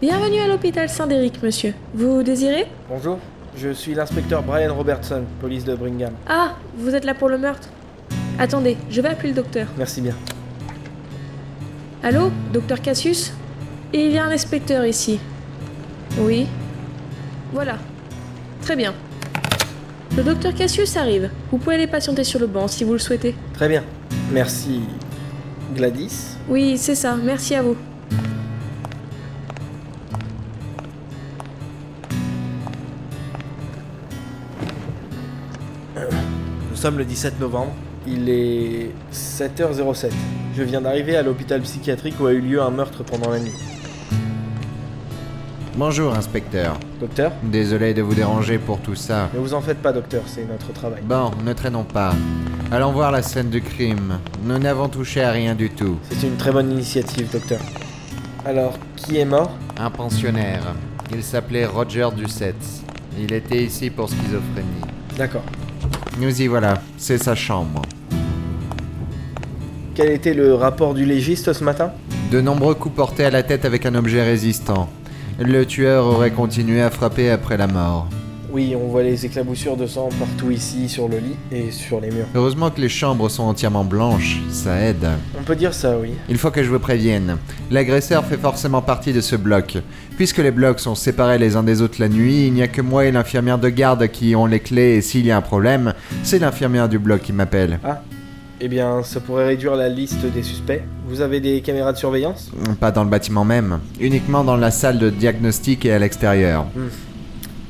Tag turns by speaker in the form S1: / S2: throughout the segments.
S1: Bienvenue à l'hôpital Saint-Déric, monsieur. Vous désirez
S2: Bonjour, je suis l'inspecteur Brian Robertson, police de Brigham.
S1: Ah, vous êtes là pour le meurtre Attendez, je vais appeler le docteur.
S2: Merci bien.
S1: Allô, docteur Cassius Il y a un inspecteur ici. Oui. Voilà. Très bien. Le docteur Cassius arrive. Vous pouvez aller patienter sur le banc si vous le souhaitez.
S2: Très bien. Merci. Gladys
S1: Oui, c'est ça. Merci à vous.
S3: Nous sommes le 17 novembre.
S2: Il est 7h07. Je viens d'arriver à l'hôpital psychiatrique où a eu lieu un meurtre pendant la nuit.
S4: Bonjour, inspecteur.
S2: Docteur
S4: Désolé de vous déranger pour tout ça.
S2: Ne vous en faites pas, docteur, c'est notre travail.
S4: Bon, ne traînons pas. Allons voir la scène du crime. Nous n'avons touché à rien du tout.
S2: C'est une très bonne initiative, docteur. Alors, qui est mort
S4: Un pensionnaire. Il s'appelait Roger Dussets. Il était ici pour schizophrénie.
S2: D'accord.
S4: Nous y voilà. C'est sa chambre.
S2: Quel était le rapport du légiste ce matin
S4: De nombreux coups portés à la tête avec un objet résistant. Le tueur aurait continué à frapper après la mort.
S2: Oui, on voit les éclaboussures de sang partout ici, sur le lit et sur les murs.
S4: Heureusement que les chambres sont entièrement blanches, ça aide.
S2: On peut dire ça, oui.
S4: Il faut que je vous prévienne. L'agresseur fait forcément partie de ce bloc. Puisque les blocs sont séparés les uns des autres la nuit, il n'y a que moi et l'infirmière de garde qui ont les clés et s'il y a un problème, c'est l'infirmière du bloc qui m'appelle.
S2: Eh bien, ça pourrait réduire la liste des suspects. Vous avez des caméras de surveillance
S4: Pas dans le bâtiment même, uniquement dans la salle de diagnostic et à l'extérieur.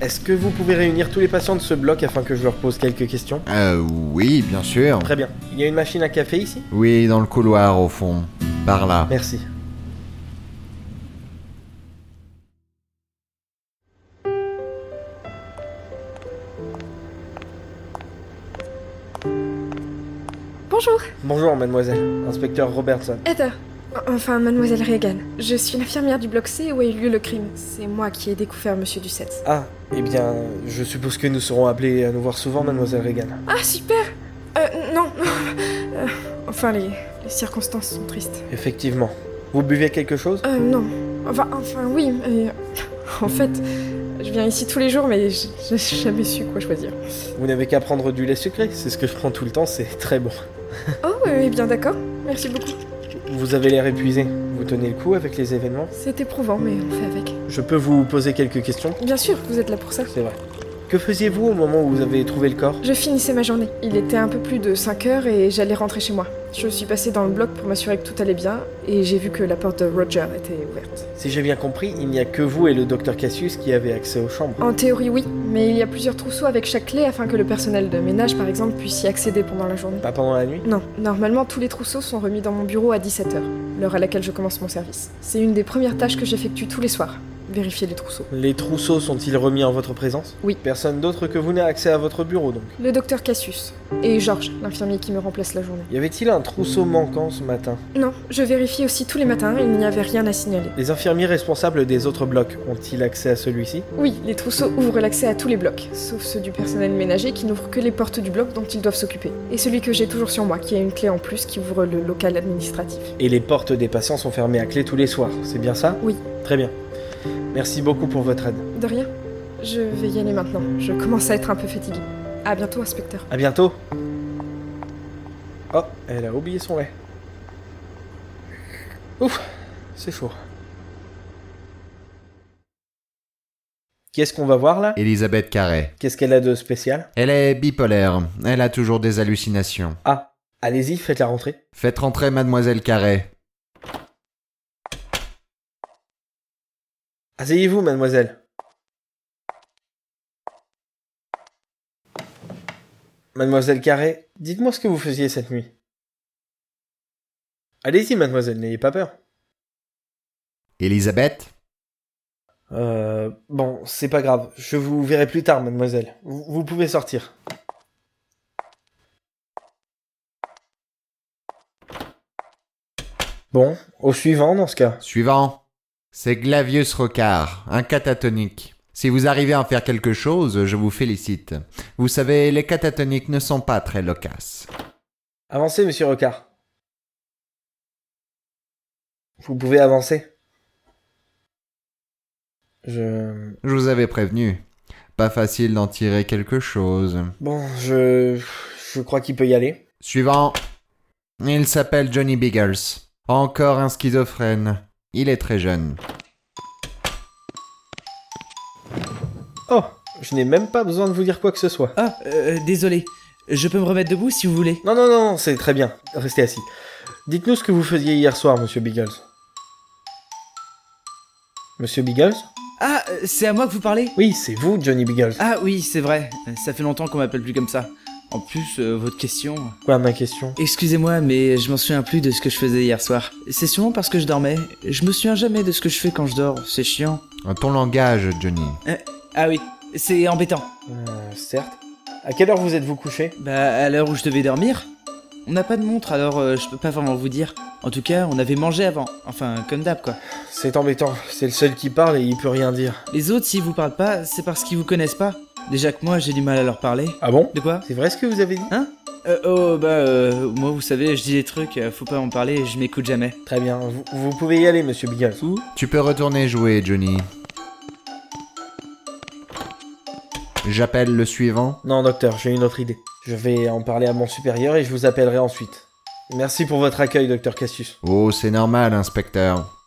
S2: Est-ce que vous pouvez réunir tous les patients de ce bloc afin que je leur pose quelques questions
S4: Euh oui, bien sûr.
S2: Très bien. Il y a une machine à café ici
S4: Oui, dans le couloir au fond. Par là.
S2: Merci.
S5: Bonjour,
S2: Bonjour, mademoiselle. Inspecteur Robertson.
S5: Heather. Enfin, mademoiselle Reagan. Je suis l'infirmière du bloc C où a eu lieu le crime. C'est moi qui ai découvert Monsieur Dussette.
S2: Ah, eh bien, je suppose que nous serons appelés à nous voir souvent, mademoiselle Reagan.
S5: Ah, super Euh, non. Euh, enfin, les, les circonstances sont tristes.
S2: Effectivement. Vous buvez quelque chose
S5: Euh, non. Enfin, enfin oui, mais... euh, En fait, je viens ici tous les jours, mais j- j'ai jamais su quoi choisir.
S2: Vous n'avez qu'à prendre du lait sucré, c'est ce que je prends tout le temps, c'est très bon.
S5: Oh, oui, bien d'accord. Merci beaucoup.
S2: Vous avez l'air épuisé. Vous tenez le coup avec les événements
S5: C'est éprouvant, mais on fait avec.
S2: Je peux vous poser quelques questions
S5: Bien sûr, vous êtes là pour ça.
S2: C'est vrai. Que faisiez-vous au moment où vous avez trouvé le corps
S5: Je finissais ma journée. Il était un peu plus de 5 heures et j'allais rentrer chez moi. Je suis passée dans le bloc pour m'assurer que tout allait bien et j'ai vu que la porte de Roger était ouverte.
S2: Si j'ai bien compris, il n'y a que vous et le docteur Cassius qui avez accès aux chambres.
S5: En théorie, oui, mais il y a plusieurs trousseaux avec chaque clé afin que le personnel de ménage, par exemple, puisse y accéder pendant la journée.
S2: Pas pendant la nuit
S5: Non, normalement tous les trousseaux sont remis dans mon bureau à 17h, l'heure à laquelle je commence mon service. C'est une des premières tâches que j'effectue tous les soirs, vérifier les trousseaux.
S2: Les trousseaux sont-ils remis en votre présence
S5: Oui.
S2: Personne d'autre que vous n'a accès à votre bureau donc.
S5: Le docteur Cassius et Georges, l'infirmier qui me remplace la journée.
S2: Y avait-il un trousseau
S5: Hmm.
S2: manquant ce matin
S5: Non, je vérifie aussi tous les matins, il n'y avait rien à signaler.
S2: Les infirmiers responsables des autres blocs ont-ils accès à celui-ci
S5: Oui, les trousseaux ouvrent l'accès à tous les blocs, sauf ceux du personnel ménager qui n'ouvrent que les portes du bloc dont ils doivent s'occuper. Et celui que j'ai toujours sur moi, qui a une clé en plus qui ouvre le local administratif.
S2: Et les portes des patients sont fermées à clé tous les soirs, c'est bien ça
S5: Oui.
S2: Très bien. Merci beaucoup pour votre aide.
S5: De rien, je vais y aller maintenant. Je commence à être un peu fatiguée. À bientôt, inspecteur.
S2: À bientôt Oh, elle a oublié son lait. Ouf, c'est chaud. Qu'est-ce qu'on va voir là
S4: Elisabeth Carré.
S2: Qu'est-ce qu'elle a de spécial
S4: Elle est bipolaire. Elle a toujours des hallucinations.
S2: Ah, allez-y, faites la rentrée.
S4: Faites rentrer mademoiselle Carré.
S2: Asseyez-vous, mademoiselle. Mademoiselle Carré, dites-moi ce que vous faisiez cette nuit. Allez-y, mademoiselle, n'ayez pas peur.
S4: Elisabeth
S2: Euh, bon, c'est pas grave. Je vous verrai plus tard, mademoiselle. Vous, vous pouvez sortir. Bon, au suivant dans ce cas.
S4: Suivant. C'est Glavius Rocard, un catatonique. Si vous arrivez à en faire quelque chose, je vous félicite. Vous savez, les catatoniques ne sont pas très loquaces.
S2: Avancez, monsieur Rocard. Vous pouvez avancer. Je.
S4: Je vous avais prévenu. Pas facile d'en tirer quelque chose.
S2: Bon, je. Je crois qu'il peut y aller.
S4: Suivant. Il s'appelle Johnny Biggles. Encore un schizophrène. Il est très jeune.
S2: Oh Je n'ai même pas besoin de vous dire quoi que ce soit.
S6: Ah, euh, désolé. Je peux me remettre debout si vous voulez.
S2: Non, non, non, c'est très bien. Restez assis. Dites-nous ce que vous faisiez hier soir, monsieur Biggles. Monsieur Biggles
S6: Ah, euh, c'est à moi que vous parlez
S2: Oui, c'est vous, Johnny Biggles.
S6: Ah oui, c'est vrai. Euh, Ça fait longtemps qu'on m'appelle plus comme ça. En plus, euh, votre question...
S2: Quoi, ma question
S6: Excusez-moi, mais je m'en souviens plus de ce que je faisais hier soir. C'est sûrement parce que je dormais. Je me souviens jamais de ce que je fais quand je dors. C'est chiant.
S4: Ton langage, Johnny.
S6: Ah oui, c'est embêtant.
S2: Euh, Certes. À quelle heure vous êtes-vous couché
S6: Bah, à l'heure où je devais dormir On n'a pas de montre, alors euh, je peux pas vraiment vous dire. En tout cas, on avait mangé avant. Enfin, comme d'hab, quoi.
S2: C'est embêtant. C'est le seul qui parle et il peut rien dire.
S6: Les autres, s'ils vous parlent pas, c'est parce qu'ils vous connaissent pas. Déjà que moi, j'ai du mal à leur parler.
S2: Ah bon
S6: De quoi
S2: C'est vrai ce que vous avez dit
S6: Euh, oh, bah, euh, moi, vous savez, je dis des trucs, euh, faut pas en parler, je m'écoute jamais.
S2: Très bien. Vous, vous pouvez y aller, monsieur Biggles.
S6: Où
S4: Tu peux retourner jouer, Johnny. J'appelle le suivant.
S2: Non, docteur, j'ai une autre idée. Je vais en parler à mon supérieur et je vous appellerai ensuite. Merci pour votre accueil, docteur Cassius.
S4: Oh, c'est normal, inspecteur.